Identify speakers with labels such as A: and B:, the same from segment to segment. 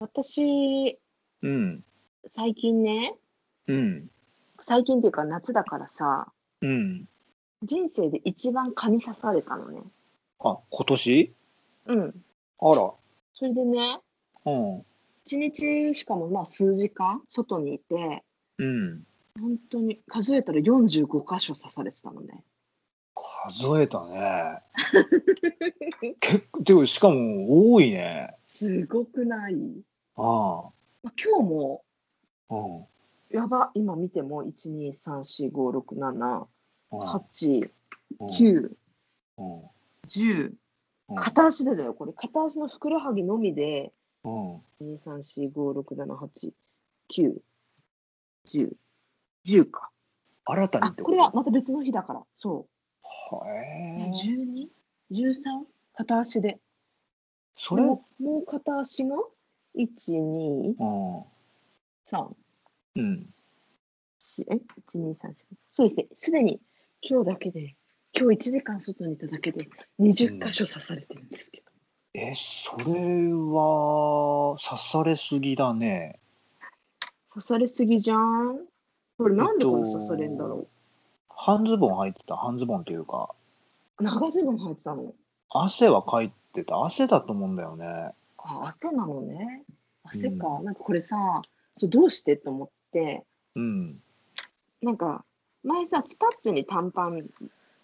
A: 私、
B: うん、
A: 最近ね、
B: うん、
A: 最近っていうか夏だからさ、
B: うん。
A: 人生で一番蚊に刺されたのね。
B: あ、今年
A: うん。
B: あら、
A: それでね、
B: うん、
A: 一日しかもまあ数時間外にいて、
B: うん。
A: 本当に数えたら45箇所刺されてたのね。
B: 数えたね。 結構、でもしかも多いね。
A: すごくない、
B: あ
A: まあ、今日も、
B: あ、うん、
A: やば、今見ても、1、2、3、4、5、6、7、
B: うん、
A: 8、
B: うん、
A: 9、
B: うん、
A: 10、
B: うん
A: 片足でだよ、これ。片足のふくらはぎのみで、
B: うん、
A: 2、3、4、5、6、7、8、9、10、10か。
B: 新たに
A: あ、
B: って
A: これはまた別の日だから。そ
B: は
A: う。
B: えー、
A: 12、13、片足で。
B: それ、
A: もうもう片足が1、2、
B: うん、
A: 3、
B: うん。
A: 4え1、2、3、4。そうですね。すでに今日だけで、今日1時間外にいただけで20箇所刺されてるんですけど。
B: え、それは、刺されすぎだね。
A: 刺されすぎじゃん。これなんでこんな
B: えっと
A: 刺されんだろ
B: 半ズボン入ってた、半ズボンというか、
A: う。長ズボン入ってたの。
B: 汗はかいてた、汗だと思うんだよね。
A: あ、汗なのね。汗か。なんかこれさ、そうどうしてと思って、
B: うん、
A: なんか前さ、スパッツに短パン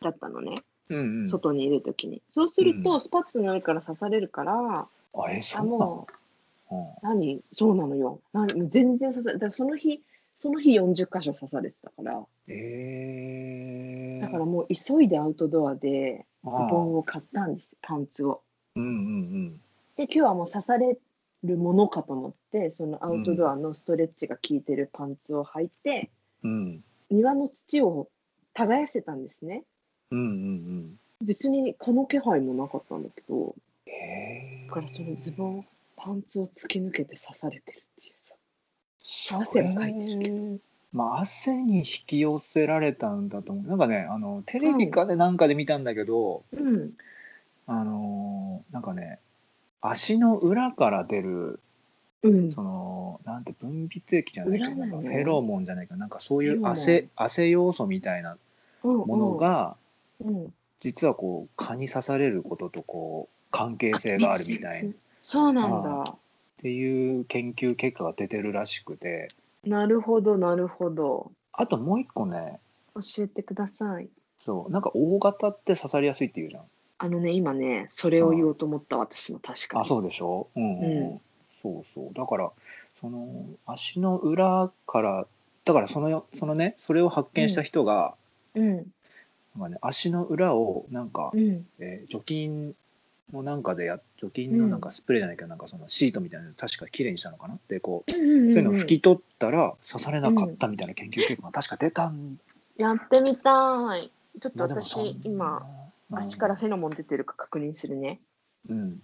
A: だったのね。
B: うん、うん。
A: 外にいるときに。そうする
B: う
A: と、スパッツの上から刺されるから、
B: あ、え、そ
A: あ、
B: うなの
A: もう、
B: うん
A: 何そうなのよ。何もう全然刺されだからその日、その日40箇所刺されてたから。
B: ええ
A: だからもう急いでアウトドアで、ズボンを買ったんです。パンツを。
B: うんうん
A: で今日はもう刺されるものかと思ってそのアウトドアのストレッチが効いてるパンツを履いて、
B: うんうん
A: 庭の土を耕してたんですね
B: うんうん
A: 別にこの気配もなかったんだけど
B: うんへえ
A: だからそのズボンパンツを突き抜けて刺されてるっていうさ
B: そ
A: 汗
B: れ
A: をかいてるけ
B: まあ汗に引き寄せられたんだと思うなんかねあのテレビかでなんかで見たんだけど、
A: うん
B: あのーなんかね足の裏から出る
A: うん
B: そのなんて分泌液じゃないけど
A: 裏な
B: なん
A: の
B: かフェロモンじゃないけどなんかそうい
A: フェロ
B: う
A: モン
B: 汗汗要素みたいなものが
A: うんうん
B: 実はこう蚊に刺されることとこう関係性があるみた
A: 密
B: いな
A: 接そうなん
B: あ
A: だ
B: っていう研究結果が出てるらしくて
A: なるほどなるほど
B: あともう一個ね
A: 教えてください
B: そうなんか大型って刺されやすいっていうじゃん
A: あのね今ねそれを言おうと思った私も確かに
B: あそうでしょうん、うん
A: う
B: そうそうだからその足の裏からだからそのそのねそれを発見した人が、
A: うん
B: なんかね、足の裏をなんか、
A: うん
B: えー除菌のなんかでや除菌のなんかスプレーじゃないけど、なんかそのシートみたいなの確か綺麗にしたのかなでこう
A: そう
B: そう
A: い
B: いうのを拭き取ったら刺されなかったみたいな研究結果が確か出たん
A: やってみたい。ちょっと
B: だでもそんな
A: 私、今、
B: うん
A: 足からフェロモン出てるか確認するね。
B: うん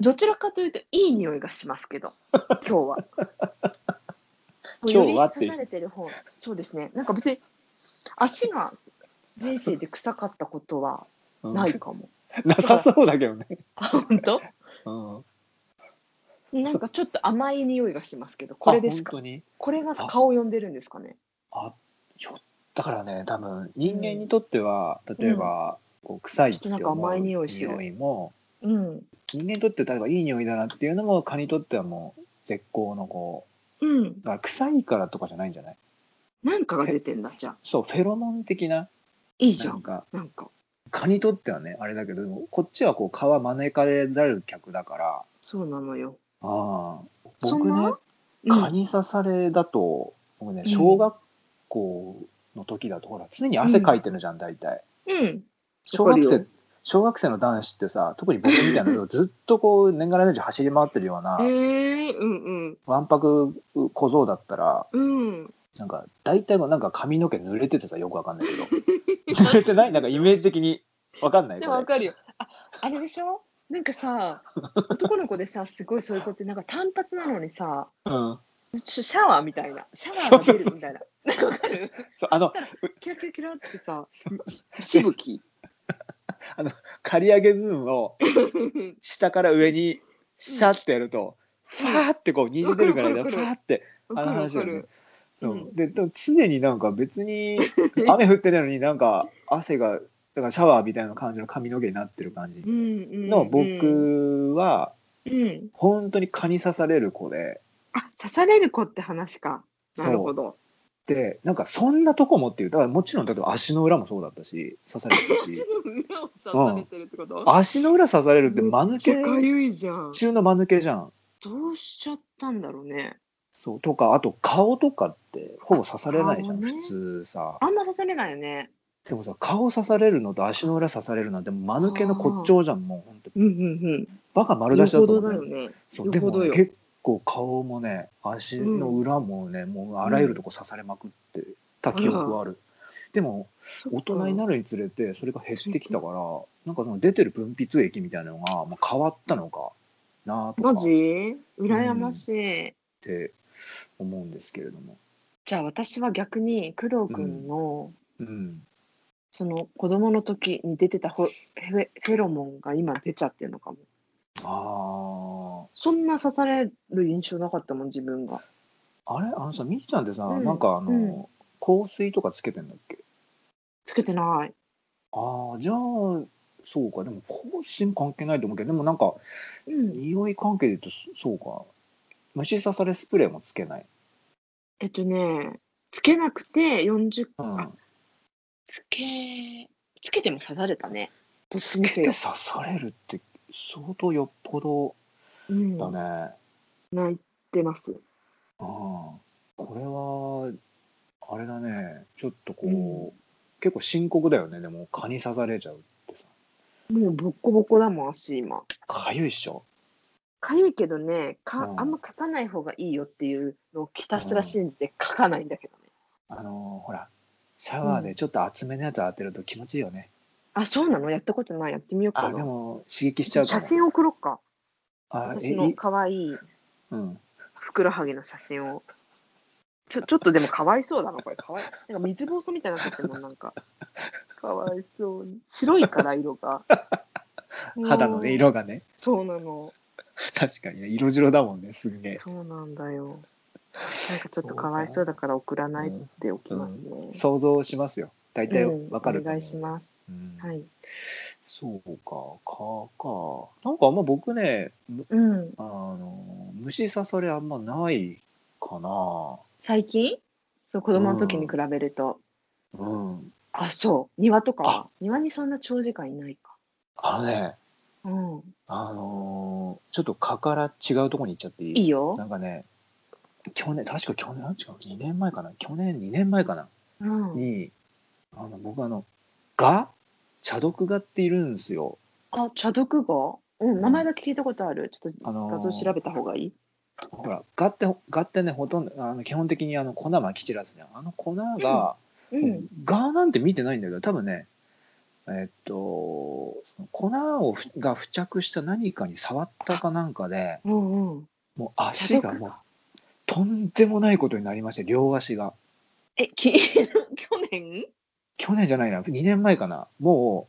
A: どちらかというと、いい匂いがします けど、今日は。
B: 今日は
A: より刺されてる方、そうですね。なんか別に、足が人生で臭かったことは
B: うん
A: ないかも。
B: なさそうだけどね。
A: あ、本当
B: うん、
A: なんかちょっと甘い匂いがします けど、 これです
B: あ
A: か
B: 本当に
A: これが
B: あ
A: 顔を呼んでるんですかね。
B: あひょだからね多分人間にとっては、例えば、こう臭いって思
A: ちょっとなんか甘
B: う
A: い
B: 匂
A: 匂
B: い
A: いしてる
B: も
A: うん。
B: 人間にとって例えばいい匂いだなっていうのも蚊にとってはもう絶好のこ
A: うん
B: う。だから臭いからとかじゃないんじゃない
A: なんかが出てんだ、じゃあ。
B: そうフェロモン的ない
A: いじ
B: な
A: ゃ
B: ん
A: ん。
B: か
A: なんか、
B: 蚊にとってはねあれだけどこっちはこう蚊は招かれざる客だから
A: そうなのよ。
B: ああ
A: そ
B: 僕
A: ん
B: ね
A: な
B: 蚊に刺されだと、僕ね
A: うん
B: 小学校の時だとほら常に汗かいてるじゃん、大体
A: うん。うん。
B: 小学生小学生の男子ってさ特に僕みたいなの ずっとこう年がら年中走り回ってるような
A: ええうん
B: わんぱく小僧だったら
A: うんうん。
B: なんか大体のなんか髪の毛濡れててさよくわかんない けど濡れてないなんかイメージ的にわかんない
A: でも
B: こ
A: わ
B: れ
A: かるよ。あ、あれでしょ？なんかさ、男の子でさ、すごいそういう子ってなんか単発なのにさ、
B: うん
A: シャシャワーみたいな、シャワーが出るみたいな。なんかわかる？
B: そうあの
A: キラキラキラってさ、しぶき。
B: 刈り上げ部分を下から上にシャッてやると、ファーってこう虹出るぐらいで
A: わ
B: フ
A: かる
B: ァ
A: わかる
B: ーって
A: わ
B: あ
A: か
B: の
A: るわ
B: 話だ
A: か
B: よね
A: る。
B: そううんででも常になんか別に雨降ってないのになんか汗がだからシャワーみたいな感じの髪の毛になってる感じ
A: うんうん
B: の僕は
A: うん
B: 本当に蚊に刺される子で
A: あ刺される子って話かなるほど
B: でなんかそんなとこもっていうだからもちろん例えば足の裏もそうだったし刺されてた
A: 足
B: し
A: の裏を刺されてるってこと
B: 足の裏刺されるって間抜
A: めっちゃ
B: け
A: 痒いじゃん
B: 中の間抜けじゃん
A: どうしちゃったんだろうね
B: そうとかあと顔とかってほぼ刺されないじゃん、
A: 顔ね
B: 普通さ
A: あんま刺されないよね
B: でもさ顔刺されるのと足の裏刺されるなんて間抜けの骨頂じゃんもう本当
A: うんうん
B: バカ
A: うん
B: 丸
A: よ
B: 出しだ
A: ほ
B: と思
A: ど
B: う、
A: だ
B: ね
A: よね
B: そうでも
A: よ
B: ね、
A: ほどよ
B: 結構顔もね足の裏もね、もうあらゆるとこ刺されまくってた記憶はある、でも大人にな
A: る
B: るにつれてそれが減ってきたからなんかその出てる分泌液みたいなのが、まあ、変わったのかなとか
A: マ
B: っ
A: ジ羨ましい、
B: て思うんですけれども、
A: じゃあ私は逆に工藤君の、
B: うん、
A: その子供の時に出てたホフェフェロモンが今出ちゃってるのかも
B: あ
A: そんな刺される印象なかったもん自分が
B: ああれあのさみーちゃんってさ、
A: うん
B: なんかあの、
A: うん
B: 香水とかつけてんだっけ
A: つけてない
B: ああじゃあそうかでも香水も関係ないと思うけどでもなんか
A: うん
B: 匂い関係で言うとそそうか虫刺されスプレーもつけない、
A: えっとねつけなくて40
B: うん、
A: あつけつけても刺されたねどっちにせ
B: つけて
A: よ
B: 刺、されるって相当よっぽど
A: うん、
B: だね、
A: 泣いてます
B: うん、これはあれだねちょっとこう、
A: う
B: 結構深刻だよねでも蚊に刺されちゃうってさ
A: もうボッコボコだもん足今
B: かゆいっしょ
A: かゆいけどねか、
B: うん
A: あんま書かない方がいいよっていうのをひたすら信じて書かないんだけどね、
B: あのーほらシャワーでちょっと厚めのやつ当てると気持ちいいよね、
A: あそうなのやったことないやってみようか
B: あで
A: な
B: も刺激しちゃうか
A: 写
B: も
A: 真送ろっか
B: あえ
A: 私の
B: い
A: 可愛い
B: うん
A: ふくらはぎの写真をちょちょっとでもかわいそうだなこれかわいなんか水ぼうそうみたいになってるもんなん かかわいそうに白いから色が
B: 肌の
A: う
B: ね
A: ん
B: 色がね
A: そうなの
B: 確かにね色白だもんねすげえ
A: そうなんだよなんかちょっとかわいそうだから送らないでおきますね、
B: 想像しますよ大体
A: うん
B: わかる
A: お
B: と思
A: 願
B: う、
A: いします
B: うん
A: はい
B: そうか蚊かなんかあんま僕ねむ
A: うん
B: あの虫刺されあんまないかな
A: 最近そう子供の時に比べると、
B: うん
A: あそう庭とかは庭にそんな長時間いないか
B: あのね
A: うん
B: あのーちょっと蚊から違うとこに行っちゃっていい
A: いいよ
B: なんかね去年確か去年あ違う2年前かな去年2年前かな
A: うん
B: にあの僕あの蛾茶毒蛾っているんですよ
A: あ茶毒語うん名前だけ聞いたことあるちょっ
B: あ
A: と
B: のー
A: 画像調べた方がいい、
B: ほらガってガってねほとんどあの基本的にあの粉まき散らすねあの粉が、
A: うん
B: ガなんて見てないんだけど多分ねえっとその粉をふが付着した何かに触ったかなんかで
A: うんうん
B: もう足がもうとんでもないことになりまして両足が
A: えき 去年
B: 去年じゃないな2年前かなも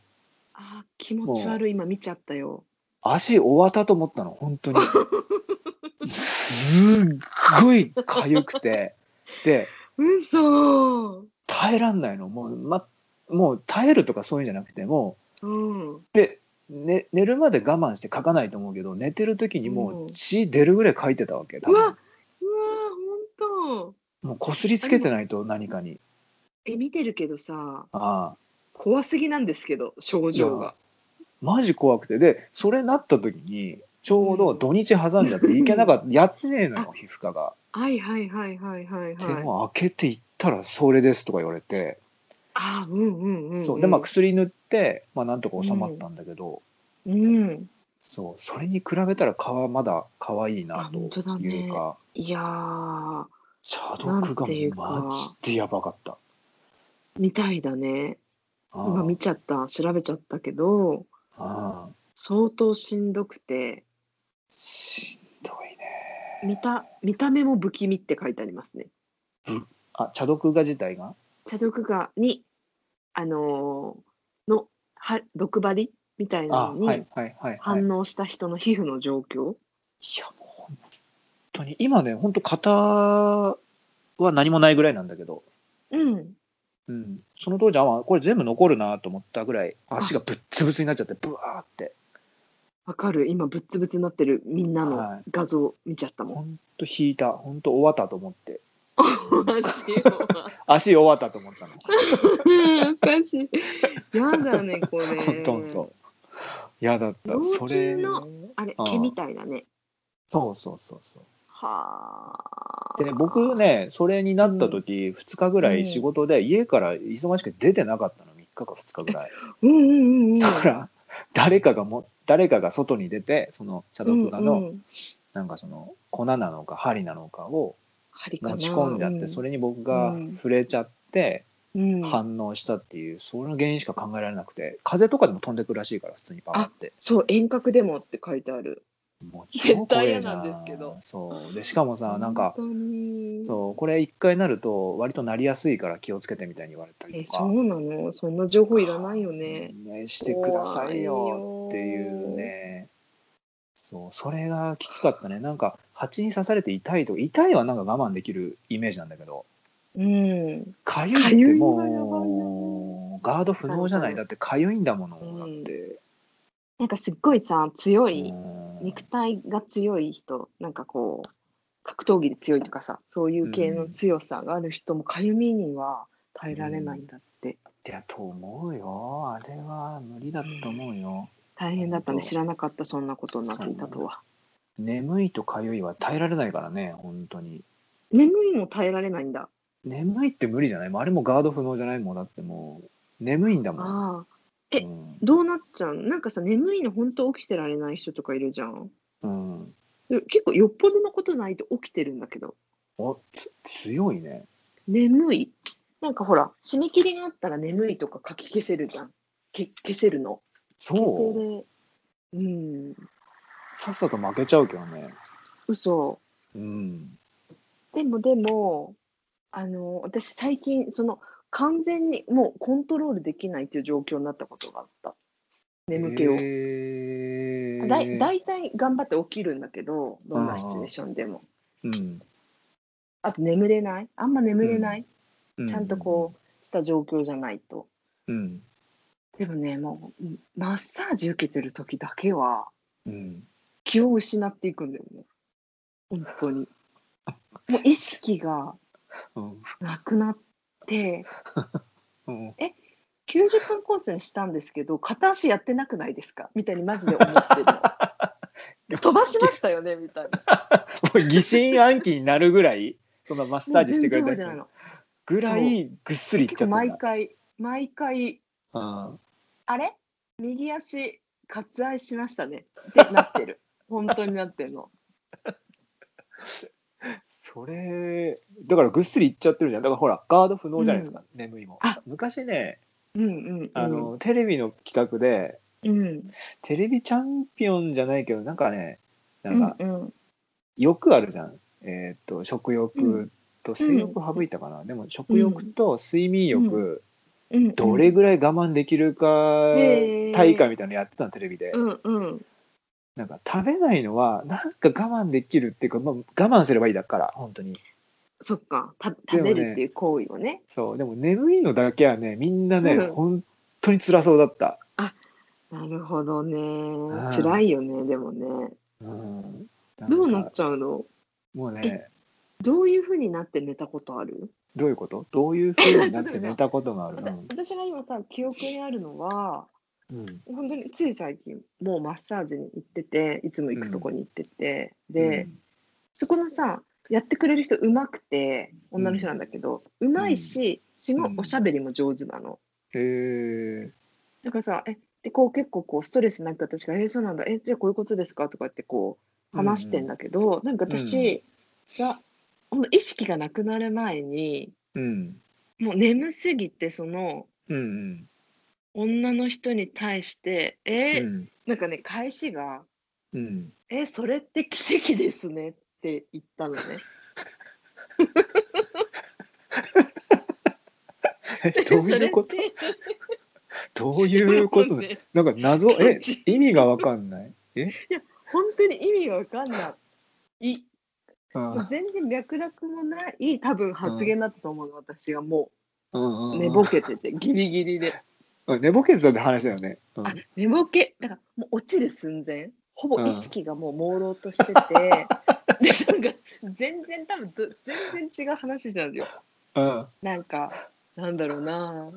B: う
A: あ気持ち悪い今見ちゃったよ
B: 足終わったと思ったの本 当にすっごい痒くてで
A: うそ
B: 耐えらんないのもう,、ま、もう耐えるとかそういうんじゃなくても
A: うん
B: うで、ね、寝るまで我慢して書かないと思うけど寝てる時にも
A: う
B: うん血出るぐらい書いてたわけ多
A: うわうわ
B: 分
A: 本当
B: もうこすりつけてないと何かに
A: え見てるけどさ
B: ああ
A: 怖すぎなんですけど症状が
B: マジ怖くてでそれなった時にちょうど土日挟んじゃって行けなかったやってねえの よ皮膚科が。
A: はいはいはいはいはいはい
B: でもう開けて行ったらそれですとか言われて
A: あーうんうんうん、うん、
B: そうでまあ薬塗ってまあなんとか収まったんだけど
A: うん
B: そうそれに比べたら蚊はまだ可愛いな
A: あ本当だ
B: と
A: ね
B: いうか。
A: いやー
B: 茶毒が
A: なんていうか
B: マジでやばかった。
A: みたいだね
B: あ
A: 今見ちゃった調べちゃったけど
B: あ
A: 相当しんどくて
B: しんどいね。
A: 見た見た目も不気味って書いてありますね
B: あ茶毒が自体が
A: 茶毒がにあのーのは毒針みたいな
B: あ
A: の
B: はい
A: に
B: はいはいはい。い
A: 反応した人の皮膚の状況、
B: やもう本当に今ね本当型は何もないぐらいなんだけど、
A: うん。
B: うん、その当時はあこれ全部残るなと思ったぐらい足がぶっつぶつになっちゃってブワーって
A: わかる。今、ぶっつぶつになってるみんな
B: は
A: の
B: い
A: 画像見ちゃったもん。
B: 本当引いた本当終わったと 思って
A: おかしいわ。
B: 足終わったと思ったの
A: うんおかしい。やだね、これ。
B: 本当本当嫌だった
A: 老人
B: それ
A: のあれ
B: あ、ー
A: 毛みたいだね。
B: そうそうそうそう
A: はあ。
B: で僕ねそれになった時、2日ぐらい仕事で家から忙しくて出てなかったの3日か2日ぐらい
A: うんうんうんうん。
B: だから誰かがも誰かが外に出てそのチャドクガ
A: うん
B: の
A: うん
B: なんかその粉なのか針なのかを
A: 針かな
B: 持ち込んじゃってそれに僕が触れちゃって
A: うん
B: 反応したっていうその原因しか考えられなくて風邪とかでも飛んでくるらしいから普通にパーって
A: そう、遠隔でもって書いてある。
B: もう超怖
A: 絶対嫌
B: え
A: なんですけど
B: そうでしかもさなんか
A: 本当に
B: そうこれ一回なると割となりやすいから気をつけてみたいに言われたり
A: え、
B: とか。
A: そうなのそんな情報いらないよね。
B: ねしてくださいよっていうねそうそれがきつかったねなんか蜂に刺されて痛いとか痛いはなんか我慢できるイメージなんだけど
A: うん。
B: かゆいってもうガード不能じゃない
A: な
B: だってかゆいんだもの
A: うん
B: だって、
A: なんかすっごいさ、強い、
B: うん
A: 肉体が強い人、なんかこう、格闘技で強いとかさ、そういう系の強さがある人も、かゆみには耐えられないんだって。
B: いやと思うよあれは無理だと思うよ、
A: 大変だったね。
B: 本当
A: 知らなかった、そんなことになっていたとは。
B: 眠いとかゆいは耐えられないからね本当に
A: 眠いも耐えられないんだ。
B: 眠いって無理じゃないもうあれもガード不能じゃないもうだってもう眠いんだもん、
A: ああ。え
B: うん
A: どうなっちゃうなんかさ、眠いの本当起きてられない人とかいるじゃん。
B: うん、
A: で結構よっぽどのことないと起きてるんだけど。
B: おつ強いね
A: 眠いなんかほら、締め切りがあったら眠いとか書き消せるじゃん。け消せるの。
B: そう
A: 消せれ。うん。
B: さっさと負けちゃうけどね
A: 嘘。
B: うん
A: でもでも、あの、私最近、その、完全にもうコントロールできないという状況になったことがあった。眠気を。
B: へー
A: だい大体頑張って起きるんだけど、どんなシチュエーションでも。
B: うん
A: あと眠れないあんま眠れない、
B: うん
A: ちゃんとこうした状況じゃないと。
B: うん
A: でもね、もううんマッサージ受けてる時だけは
B: うん
A: 気を失っていくんだよね。本当 に。もう意識が
B: うん
A: なくなって、
B: うん
A: 90分コースにしたんですけど、片足やってなくないですかみたいにマジで思ってる。 飛ばしましたよねみたいな。
B: もう疑心暗鬼になるぐらいそのマッサージしてくれ
A: も
B: た
A: う全然覚えてないの。
B: 人ぐらいぐっすりいっち
A: 結
B: ゃっ
A: 構
B: た
A: 毎
B: んだ
A: 回、毎回、
B: うん
A: あれ右足割愛しましたねってなって る。本当になってるの。
B: それだからぐっすりいっちゃってるじゃんだからほらガード不能じゃないですか、眠いも
A: あ
B: 昔ね
A: うんうんうん。
B: あの、テレビの企画で
A: うん、
B: テレビチャンピオンじゃないけどなんかね
A: う
B: なん
A: ん
B: か、
A: うん
B: 欲あるじゃん、えーっと食欲と性欲省いたかな、でも食欲と睡眠
A: う
B: 欲、
A: ん。
B: どれぐらい我慢できるか
A: へー
B: 大会みたいなのやってたのテレビで、
A: うんうん。
B: なんか食べないのはなんか我慢できるっていうか、まあ、我慢すればいいだから本当に
A: そっか。た食べるっていう行為をね。
B: そうでも眠いのだけはねみんなね、
A: うん
B: 本当に辛そうだった、
A: なるほどね
B: ん。
A: 辛いよね、でもね。
B: うん、なんか
A: どうなっちゃうの
B: もうね
A: どういうふうになって寝たことある
B: どういうことどういうふうになって寝たことがあ る、うん
A: 私が今さ、記憶にあるのは、
B: うん
A: 本当につい最近、もうマッサージに行ってて、いつも行くとこに行ってて、で、そこのさ、やってくれる人うまくて、女の人なんだけど、うま、いし、すごいおしゃべりも上手なの。
B: うん、えー
A: だからさ、え、で、こう結構こうストレスなく私が、えーそうなんだ、え、じゃあこういうことですかとかってこう話してんだけど、なんか私が、ほんと意識がなくなる前に、
B: うん
A: もう眠すぎて、その
B: うんうん
A: 女の人に対して、えー
B: うん
A: なんかね、返しが、
B: うん
A: えーそれって奇跡ですねって言ったのね。
B: えどういうこと
A: それって
B: どういうこと
A: もうね
B: なんか謎え
A: どっち
B: 意味がわかんないえ
A: 本当に意味がわかんない。い
B: うん
A: もう全然脈絡もない多分発言だったと思うの、私がも
B: うんう
A: うん寝ぼけててギリギリで
B: うん寝ぼけてたって話だよね。うん
A: あ寝ぼけだからもう落ちる寸前ほぼ意識がもう朦朧としてて、でなんか全然多分ず全然違う話してたんですよ
B: うん
A: なんかなんだろうな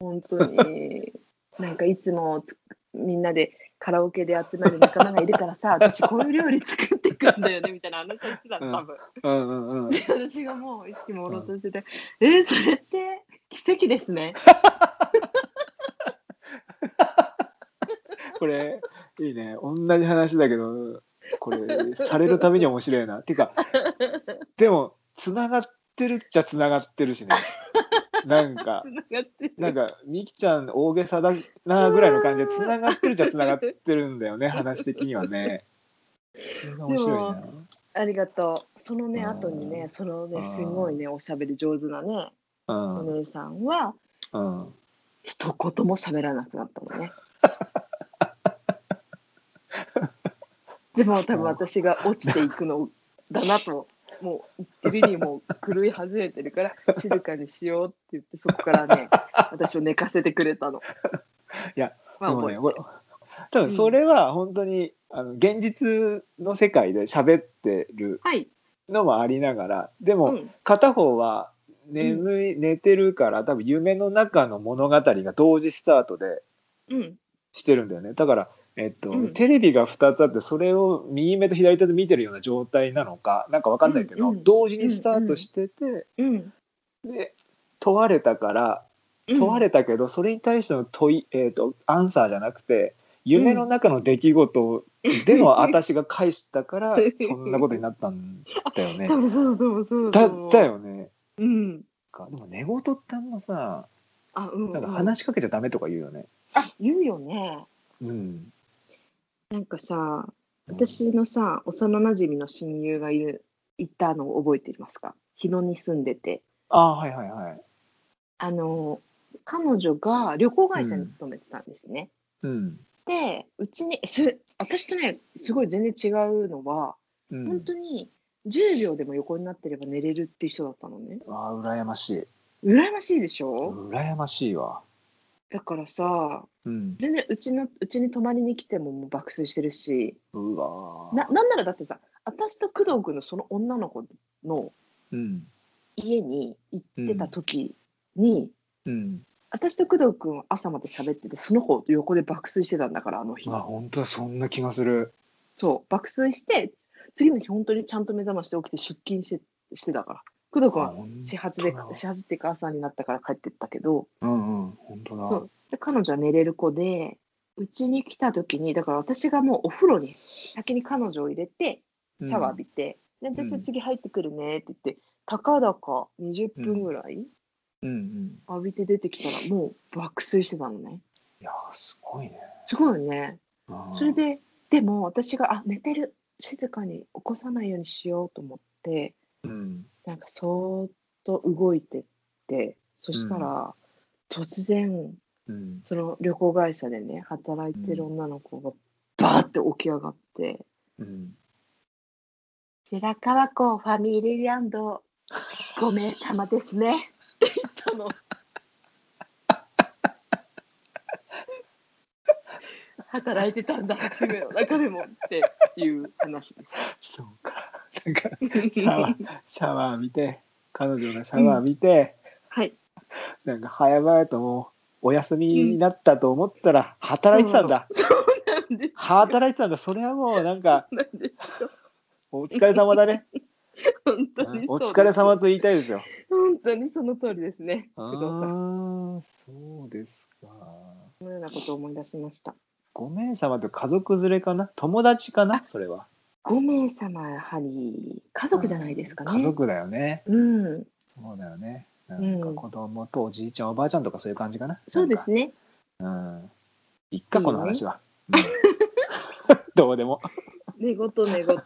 A: 本当になんかいつもつみんなでカラオケで集まる仲間がいるからさ私こういう料理作ってくんだよねみたいな話をしてたの多分、
B: うんうんうん
A: で私がもう意識朦朧としてて、えーそれって奇跡ですね
B: これいいね同じ話だけどこれされるために面白いなっていうかでもつながってるっちゃつながってるしねなんか
A: つながってる
B: なんかみきちゃん大げさだなぐらいの感じでつながってるっちゃつながってるんだよね話的にはねそれが面白いな
A: ありがとう。そのね、
B: うん
A: 後にね、その
B: う
A: ね、
B: ん
A: すごいね、おしゃべり上手なね、
B: う
A: お
B: ん
A: 姉さんは、
B: うん
A: 一言も喋らなくなったの ね。でも多分私が落ちていくのだなと、もう言ってるにもう狂い始めてるから、静かにしようって言って、そこからね、私を寝かせてくれたの。
B: いや、
A: まあ、
B: でも
A: 覚え
B: ね
A: て
B: これ多分それは本当に、あの現実の世界で喋ってる
A: はい。
B: のもありながらでも、
A: うん
B: 片方は眠い、寝てるから多分夢の中の物語が同時スタートで
A: うん。
B: してるんだよねだから、えっと
A: うん
B: テレビが2つあってそれを右目と左手で見てるような状態なのかなんか分かんないけど、
A: うんうん
B: 同時にスタートしてて、
A: うん。
B: で問われたから
A: うん
B: 問われたけど、それに対しての問い、えっとアンサーじゃなくて夢の中の出来事での私が返したからそんなことになったんだ よね
A: 多。分そうだと思う、そうと
B: だっ
A: 思う
B: た。よね。
A: うん。
B: かでも寝言ってあんまさ
A: あ、うん、うん。
B: なんか話しかけちゃダメとか言うよね。
A: あ、言うよね。
B: うん。
A: なんかさ、私のさ、幼なじみの親友がいる、いたのを覚えていますか日野に住んでて。
B: ああはいはいはい。
A: あの、彼女が旅行会社に勤めてたんですね。
B: うん。
A: で、うちに、す私とね、すごい全然違うのは、
B: うん、
A: 本当に10秒でも横になってれば寝れるっていう人だったのね。
B: ああ羨ましい。
A: 羨ましいでしょ
B: 羨ましいわ。
A: だからさ、
B: うん。
A: 全然うちの、うちに泊まりに来てももう爆睡してるし、
B: うわー。
A: ななんならだってさ、私と工藤君のその女の子の
B: うん。
A: 家に行ってた時に、
B: うん。
A: 私と工藤君は朝まで喋っててその子横で爆睡してたんだからあの日
B: あ本当だそんな気がする。
A: そう爆睡して次の日本当にちゃんと目覚まして起きて出勤してしてたから工藤君
B: あ
A: は
B: 本
A: 始発で
B: 当だわ
A: 始発っていうか朝になったから帰ってったけど
B: うんうん本当だ。
A: そうで彼女は寝れる子でうちに来た時にだから私がもうお風呂に先に彼女を入れてシャワー浴びて、で私は次入ってくるねって言って、たかだか20分ぐらい、
B: うんうん。
A: 浴びて出てきたらもう爆睡してたのね
B: いやーすごいね。
A: すごいよね
B: あー
A: それ。ででも私があ寝てる静かに起こさないようにしようと思って
B: うん。
A: なんかそーっと動いてってそしたら、突然
B: うん。
A: その旅行会社でね働いてる女の子がバーって起き上がって
B: うん。
A: 「白川湖ファミリーランドご名様ですね」って言ったの。働いてたんだ夢の中でもっていう話です。
B: そうか。なんかシャワー シャワー浴びて彼女がシャワー浴びて、
A: はい、
B: なんか早々ともうお休みになったと思ったら働いてたんだ。
A: そうなんです。
B: 働いてたんだそれはもうなんか
A: そうなんですよ。
B: お疲れ様だね
A: 本当
B: うん
A: に
B: お
A: そうです
B: 疲れ様。と言いた いですよ
A: 本当にその通りですね。
B: あ
A: 工
B: あ
A: 藤さん。
B: ーそうですか
A: そのようなことを思い出しました。
B: ごめんさまと家族連れかな友達かなそれは
A: 5名様はやはり家族じゃないですかね。
B: 家。族だよね
A: うん。
B: そうだよねなんか
A: うん
B: 子供とおじいちゃんおばあちゃんとかそういう感じかな
A: そうです
B: ね
A: ね。
B: うんいっかこの話は、うん どうでも
A: 寝言寝言。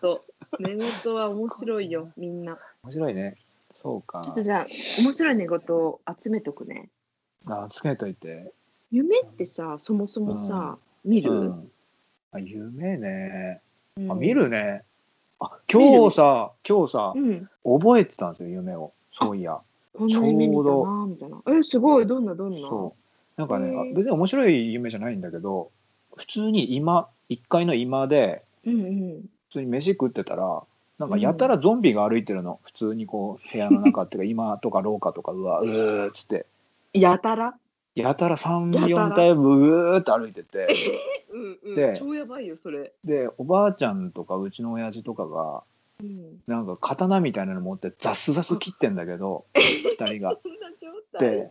A: 寝言は面白いよ、みんな。
B: 面白いねそうか
A: ちょっとじゃあ、面白い寝言を集めとくね。
B: あつけといて
A: 夢ってさ、そもそもさ、見る、
B: うん、あ夢ね
A: うん
B: あ見るねあ今日さ今日さ
A: うん。
B: 覚えてたんですよ夢をそういや
A: こんな夢見たなーみたいな。え、すごい、どんな、どんな。
B: そうなんかね、
A: へえ
B: あ別に面白い夢じゃないんだけど普通に今1階の今で
A: うんうん。
B: 普通に飯食ってたらなんかやたらゾンビが歩いてるの、普通にこう部屋の中 っていうか今とか廊下とかうわうーっつって
A: やたら。
B: やたら
A: やたら
B: 34体ブーって歩いてて
A: うんうん。
B: で
A: 超やばいよ、それ。
B: でおばあちゃんとかうちの親父とかが
A: うん。
B: なんか刀みたいなの持ってザスザス切ってんだ けど二人が。
A: そんな状態。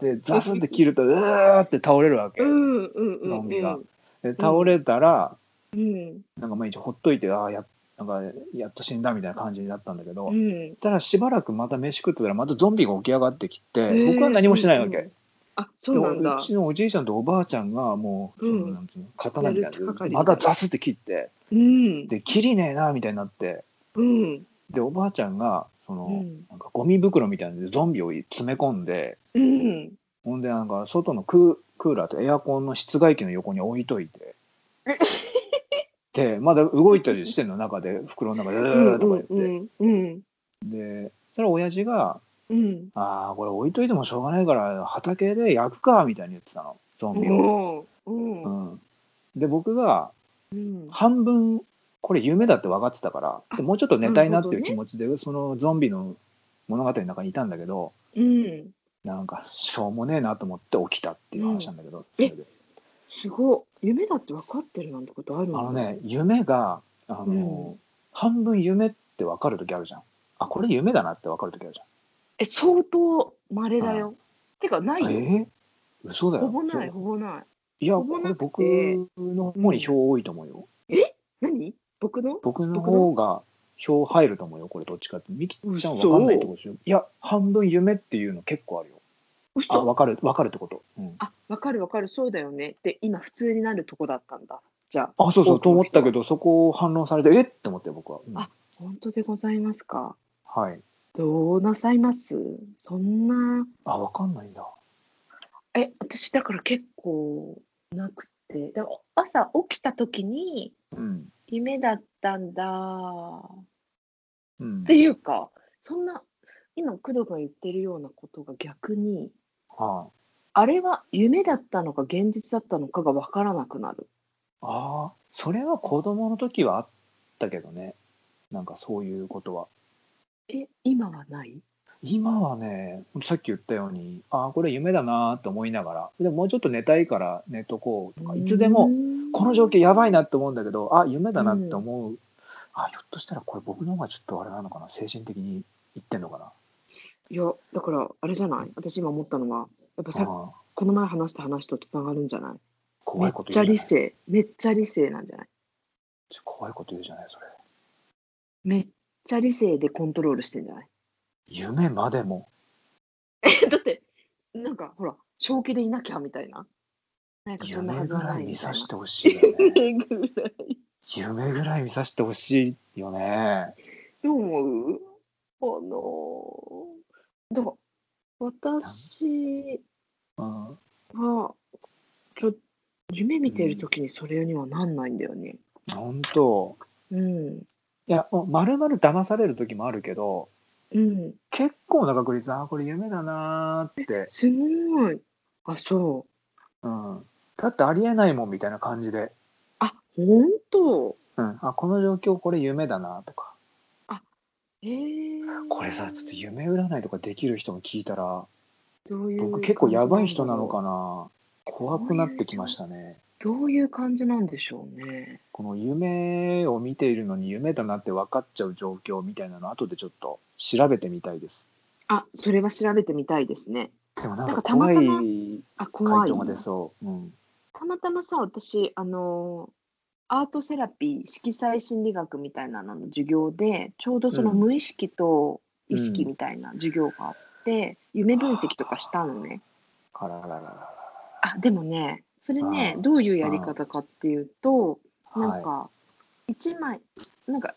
B: でザスって切るとうーって倒れるわけ
A: う。んうんうん。
B: ゾンビが
A: う
B: で倒れたら
A: ん。うん。
B: なんか毎日ほっといてああやなんかやっと死んだみたいな感じになったんだけど、
A: うん。
B: たらしばらくまた飯食ってたらまたゾンビが起き上がってきて、
A: ー
B: 僕は何もしないわけ、
A: うんあ、そうなんだ
B: でう。ちのおじいちゃんとおばあちゃんがもう、
A: うん
B: そのなんていうの刀みたい
A: やる手がか
B: な
A: りみたい
B: ま
A: な
B: たザスって切って
A: うん。
B: で切りねえなみたいになって
A: うん。
B: でおばあちゃんがその、
A: うん
B: なんかゴミ袋みたいなのでゾンビを詰め込んで
A: うん。
B: ほんでなんか外のクークーラーとエアコンの室外機の横に置いと いて。でまだ動いたりしてんの中で袋の中で「うー」とか言って、
A: うんうん
B: でそしたら親父が
A: うん
B: 「ああこれ置いといてもしょうがないから畑で焼くか」みたいに言ってたのゾ
A: う
B: ンビ
A: ん
B: を。
A: おーうん
B: うん、で僕が
A: うん
B: 半分これ夢だって分かってたからでもうちょっと寝たいなって
A: なるほど
B: いう
A: ね
B: 気持ちで、そのゾンビの物語の中にいたんだけど
A: うん
B: なんかしょうもねえなと思って起きたっていう話なんだけど、それで
A: すごい夢だって分かってるなんてことあるんだ
B: あのね夢があの、
A: うん
B: 半分夢って分かる時あるじゃんあこれ夢だなって分かる時あるじ
A: え相当稀だよてかな
B: ゃん、
A: いよ
B: えー、嘘だよ
A: ほぼない
B: そう
A: ほぼない
B: いや
A: ほぼ
B: これ
A: なくて
B: 僕の方に票多いと思うよ、
A: 何僕の
B: 僕の
A: 僕の
B: 方が票入ると思うよこれどっちかってミキちゃん
A: 嘘
B: 分かんないとこでしょいや半分夢っていうの結構あるよあ
A: 嘘
B: 分かる分かるってこと、うん、
A: あ分かる分かるそうだよねで今普通になるとこだったんだじゃあ
B: あそうそ
A: 多
B: う
A: くの人
B: と思ったけどそこを反論されてえっって思って僕は、うん
A: あ本当でございますか
B: はい
A: どうなさいますそんな
B: あ分かんないんだ
A: え私だから結構なくてだから朝起きた時に
B: うん
A: 夢だったんだ
B: うん
A: っていうかそんな今工藤が言ってるようなことが逆に
B: は
A: あれは夢だったのか現実だったのかが分からなくなる
B: ああーそれは子供の時はあったけどねなんかそういうことは
A: え今はない
B: 今はねさっき言ったようにああこれ夢だなーって思いながらでももうちょっと寝たいから寝とこうとかいつでもこの状況やばいなって思うんだけどあ夢だなって思う、あひょっとしたらこれ僕の方がちょっとあれなのかな精神的にいってんのかない
A: やだからあれじゃない私今思ったのはやっぱさ
B: ああ
A: この前話した話とつながるんじゃない
B: 怖いこと
A: めっちゃ
B: 言う
A: 理
B: じゃない
A: 性めっちゃ理性なんじゃない
B: 怖いこと言うじゃないそれ
A: めっちゃ理性でコントロールしてんじゃない
B: 夢までも
A: だってなんかほら正気でいなきゃみたいななんかそんな
B: 夢
A: はず
B: ぐ
A: は
B: ら
A: ないいみ
B: 見
A: たい
B: さ
A: な
B: せてほしいよね
A: ぐらい
B: 夢ぐらい見させてほしいよね
A: どう思うあのだから私
B: うん
A: はちょ夢見てる時にそれにはなんないんだよね。
B: 本当
A: うん。
B: いやもう丸々騙される時もあるけど
A: うん。
B: 結構な確率ああこれ夢だなーって、
A: すごい。あ、そう。
B: うん、だってありえないもんみたいな感じで
A: あ、本当。
B: うん、あこの状況これ夢だなとか
A: えー、
B: これさちょっと夢占いとかできる人も聞いたら
A: どういう
B: 僕結構やばい人なのか
A: な。
B: な怖くなってきましたね
A: どういう感じなんでしょうね。
B: この夢を見ているのに夢だなって分かっちゃう状況みたいなの後でちょっと調べてみたいです
A: あ、それは調べてみたいですね。
B: でもな
A: なん
B: ん
A: か
B: か
A: たま
B: 怖
A: た
B: い
A: ま
B: 回
A: あ、怖い。
B: 答が出そう、うん、
A: たまたまさ私あのーアートセラピー色彩心理学みたいなのの授業でちょうどその
B: うん
A: 無意識と意識みたいな授業があって、夢分析とかしたのね。
B: あららららら
A: あでもねそれね
B: あー
A: どういうやり方かっていうと
B: ら
A: なんか1枚なんか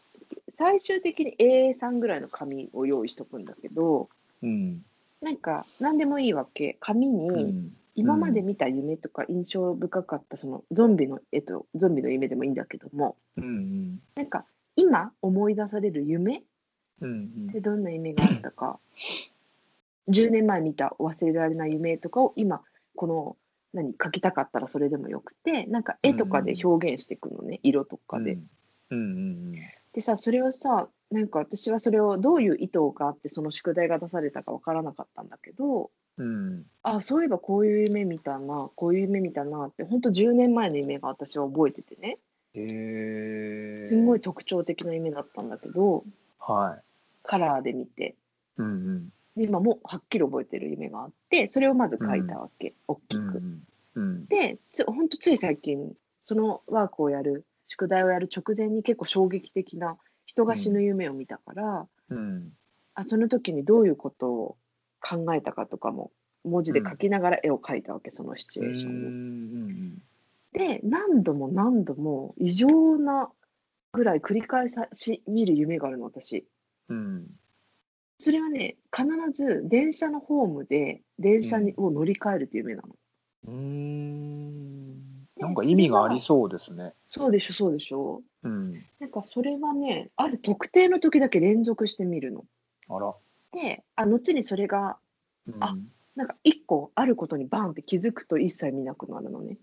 A: 最終的に A3 ぐらいの紙を用意しとくんだけど
B: い、うん
A: なんか何でもいいわけ紙に、
B: うん
A: 今まで見た夢とか印象深かったそのゾンビの絵とゾンビの夢でもいいんだけども
B: うん
A: なんか今思い出される夢っ
B: うん
A: てどんな夢があった か10年前見た忘れられない夢とかを今この何描きたかったらそれでもよくてなんか絵とかで表現していくのね色と
B: う
A: か
B: ん。
A: で。
B: うんうん
A: でさそれをさなんか私はそれをどういう意図があってその宿題が出されたかわからなかったんだけど
B: うん。うん。
A: あそういえばこういう夢見たなこういう夢見たなってほんと10年前の夢が私は覚えててね
B: えー。
A: すんごい。特徴的な夢だったんだけど
B: は
A: カラーで見て
B: い。うんうん。
A: で今もはっきり覚えてる夢があってそれをまず書いたわけ、大
B: う
A: きく。
B: んうん。
A: でつほんとつい最近そのワークをやる宿題をやる直前に結構衝撃的な人が死ぬ夢を見たから。
B: うん。
A: あその時にどういうことを考えたかとかも文字で書きながら絵を描いたわけ、そのシチ
B: う
A: ュエ
B: んう
A: ーションを。
B: ん
A: で何度も何度も異常なぐらい繰り返し見る夢があるの私。
B: うん。うん。
A: それはね必ず電車のホームで電車に、を乗り換えるという夢なの。
B: うん。なんか意味がありそうですね。
A: そうでしょそうでしょ。
B: うん。
A: なんかそれはねある特定の時だけ連続して見るの。
B: あら。
A: であ後にそれが
B: うん
A: あ。なんか一個あることにバーンって気づくと一切見なくなるのね。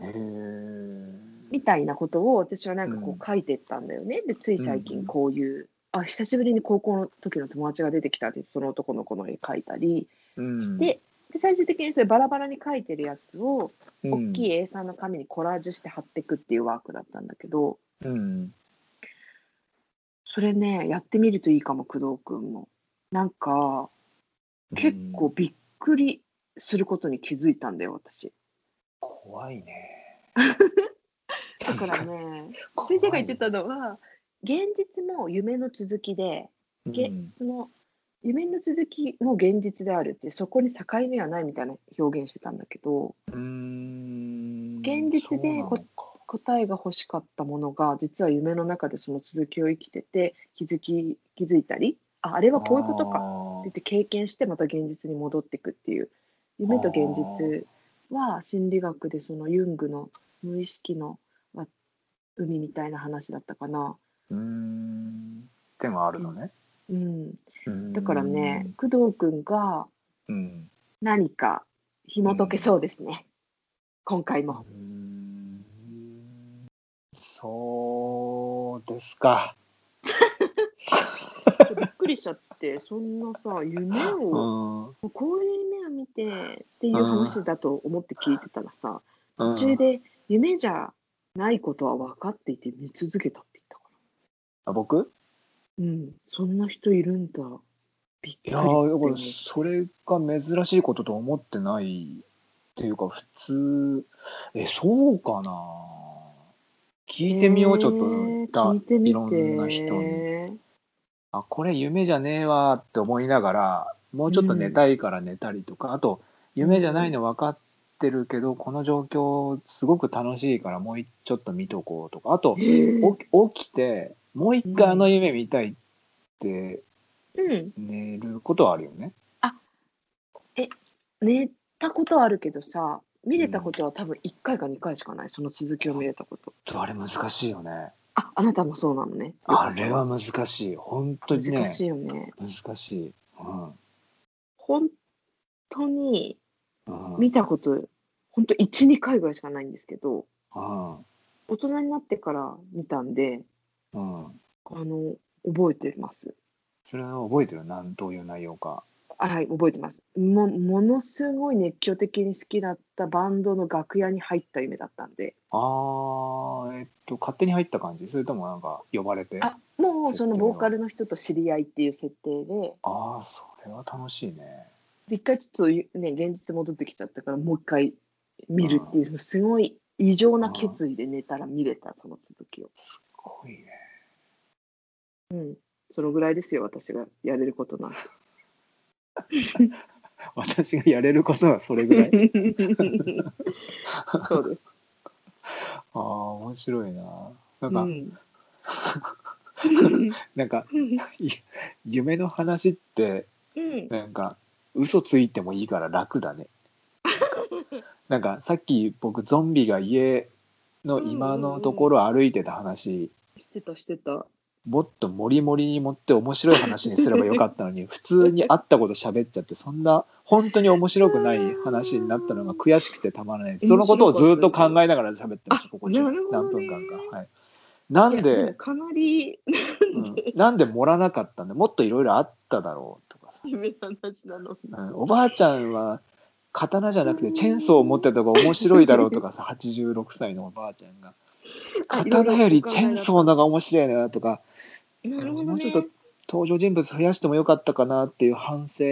B: へえー。
A: みたいなことを私はなんかこ
B: うん
A: う書いてったんだよね。でつい最
B: うん
A: 近こういう、あ久しぶりに高校の時の友達が出てきたってその男の子の絵描いたり
B: うん
A: して、で最終的にそれバラバラに描いてるやつを大き
B: い。
A: い A さんの紙にコラージュして貼っていくっていうワークだったんだけど
B: うん。
A: それねやってみるといいかも工藤君も。なんか結構びっくりすることに気づいたんだよ私。
B: 怖いね。
A: だからね
B: 怖い
A: 先生が言ってたのは現実も夢の続きで。げ
B: うん
A: その夢の続きも現実であるってそこに境目はないみたいな表現してたんだけど
B: うーん
A: 現実でこ
B: そ
A: 答えが欲しかったものが実は夢の中でその続きを生きてて気づき気づいたりああれ
B: うな
A: は
B: のか
A: こういうことか
B: あ
A: って言って経験してまた現実に戻っていくっていう夢と現実は心理学でそのユングの無意識のは海みたいな話だったかな。
B: ーうーんでもあるのね、
A: うん、
B: うーん
A: だからね工藤君が
B: うん
A: 何か紐解けそうですね、今回
B: う
A: も。
B: ーんそうですか
A: びっくりしちゃってそんなさ夢
B: う
A: を、
B: んうん
A: こういう夢を見てっていう話だと思って聞いてたらさ途中で夢じゃないことは分かっていて見続けたって言ったか
B: あ僕
A: らうんそんな人いるんだびっく
B: い
A: り
B: やーだから
A: でも
B: それが珍しいことと思ってないっていうか普通えそうかな聞いてみようちょっと、
A: えー
B: だ
A: 聞いてみて
B: いろんな人に。あこれ夢じゃねえわって思いながらもうちょっと寝たいから寝たりとか、あと夢じゃないの分かってるけどこの状況すごく楽しいからもうちょっと見とこうとかあと
A: えー
B: お起きてもう一回あの夢見たいって
A: うん
B: 寝ることはあるよね。
A: 寝たことはあるけどさ見れたことは多分1回か2回しかないその続きを見れたこと
B: あれ難しいよね。
A: ああなたもそうなのね
B: あれは難しい本当に
A: 難
B: ね難し
A: し
B: い。
A: いよね。
B: うん
A: 本当に
B: うん
A: 見たこと、本当1、2回ぐらいしかないんですけど、
B: うん
A: 大人になってから見たんで、
B: うん、
A: あの、覚えてます。
B: それは覚えてるなんどういう内容か。
A: はい、覚えてます。もものすごい熱狂的に好きだったバンドの楽屋に入った夢だったんで、
B: あーえっと勝手に入った感じそれともなんか呼ばれてあ
A: あもうそのボーカルの人と知り合いっていう設定で、
B: あーそれは楽しいね
A: 一回ちょっとね、現実戻ってきちゃったから、もう一回見るっていう、すごい異常な決意で寝たら見れた、その続きを。
B: すごいね
A: うん、そのぐらいですよ、私がやれること なんて。
B: 私がやれることはそ れぐらい
A: そうです。
B: ああ面白いななん
A: う
B: か、
A: ん、
B: なんか
A: うん
B: い夢の話って
A: うん
B: なんか嘘ついてもいいから楽だねなんかなんかさっき僕ゾンビが家の今のところ歩いてた話、
A: してたしてた。
B: もっともりもりに持って面白い話にすればよかったの に普通に会ったこと喋っちゃってそんな本当に面白くない話になったのが悔しくてたまらないですそのことをずっと考えながら喋ってましたここ10
A: なるほど
B: 何
A: ね
B: 分間か。はいなん
A: いやも
B: で
A: うかなり
B: うんなんで盛らなかったんだもっといろいろあっただろうとかさ、
A: 真面目な話なのに。
B: うんおばあちゃんは刀じゃなくてチェーンソーを持ってた方が面白いだろうとかさ86歳のおばあちゃん が刀よりチェーンソーの方が面白いなとか
A: なるほど、ね、
B: もうちょっと登場人物増やしてもよかったかなっていう反省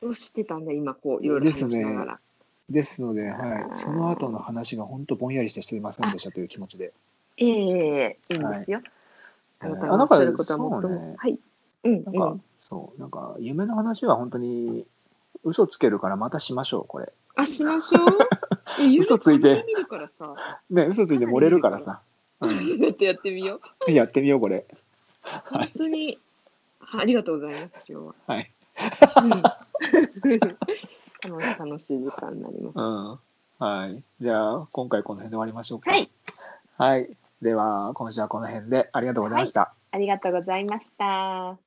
A: どうしてたんだ今こういろいろ話しながら。
B: ですので、は
A: あー
B: い、その後の話が本当ぼんやりしてすいませんでしたという気持ちで。
A: ええいいんですよ。あなたが
B: あ
A: お
B: な
A: っ
B: んか
A: しゃることはもっと
B: そうね
A: も。はい。うん、
B: なんか、
A: うん
B: そうなんか夢の話は本当に嘘つけるからまたしましょうこれ。
A: あしま しょう。え夢
B: 嘘ついて
A: こんなに見るからさ。
B: ね嘘ついて漏れるからさ、
A: ちょっとやってみよう。
B: うん やってみようこれ。
A: 本当に、はいありがとうございます今日 は。
B: はい。
A: うん 楽し楽しい時間になります。
B: うん。はい。じゃあ今回この辺で終わりましょうか。
A: はい。
B: はい。では今週はこの辺でありがとうございました。
A: ありがとうございました。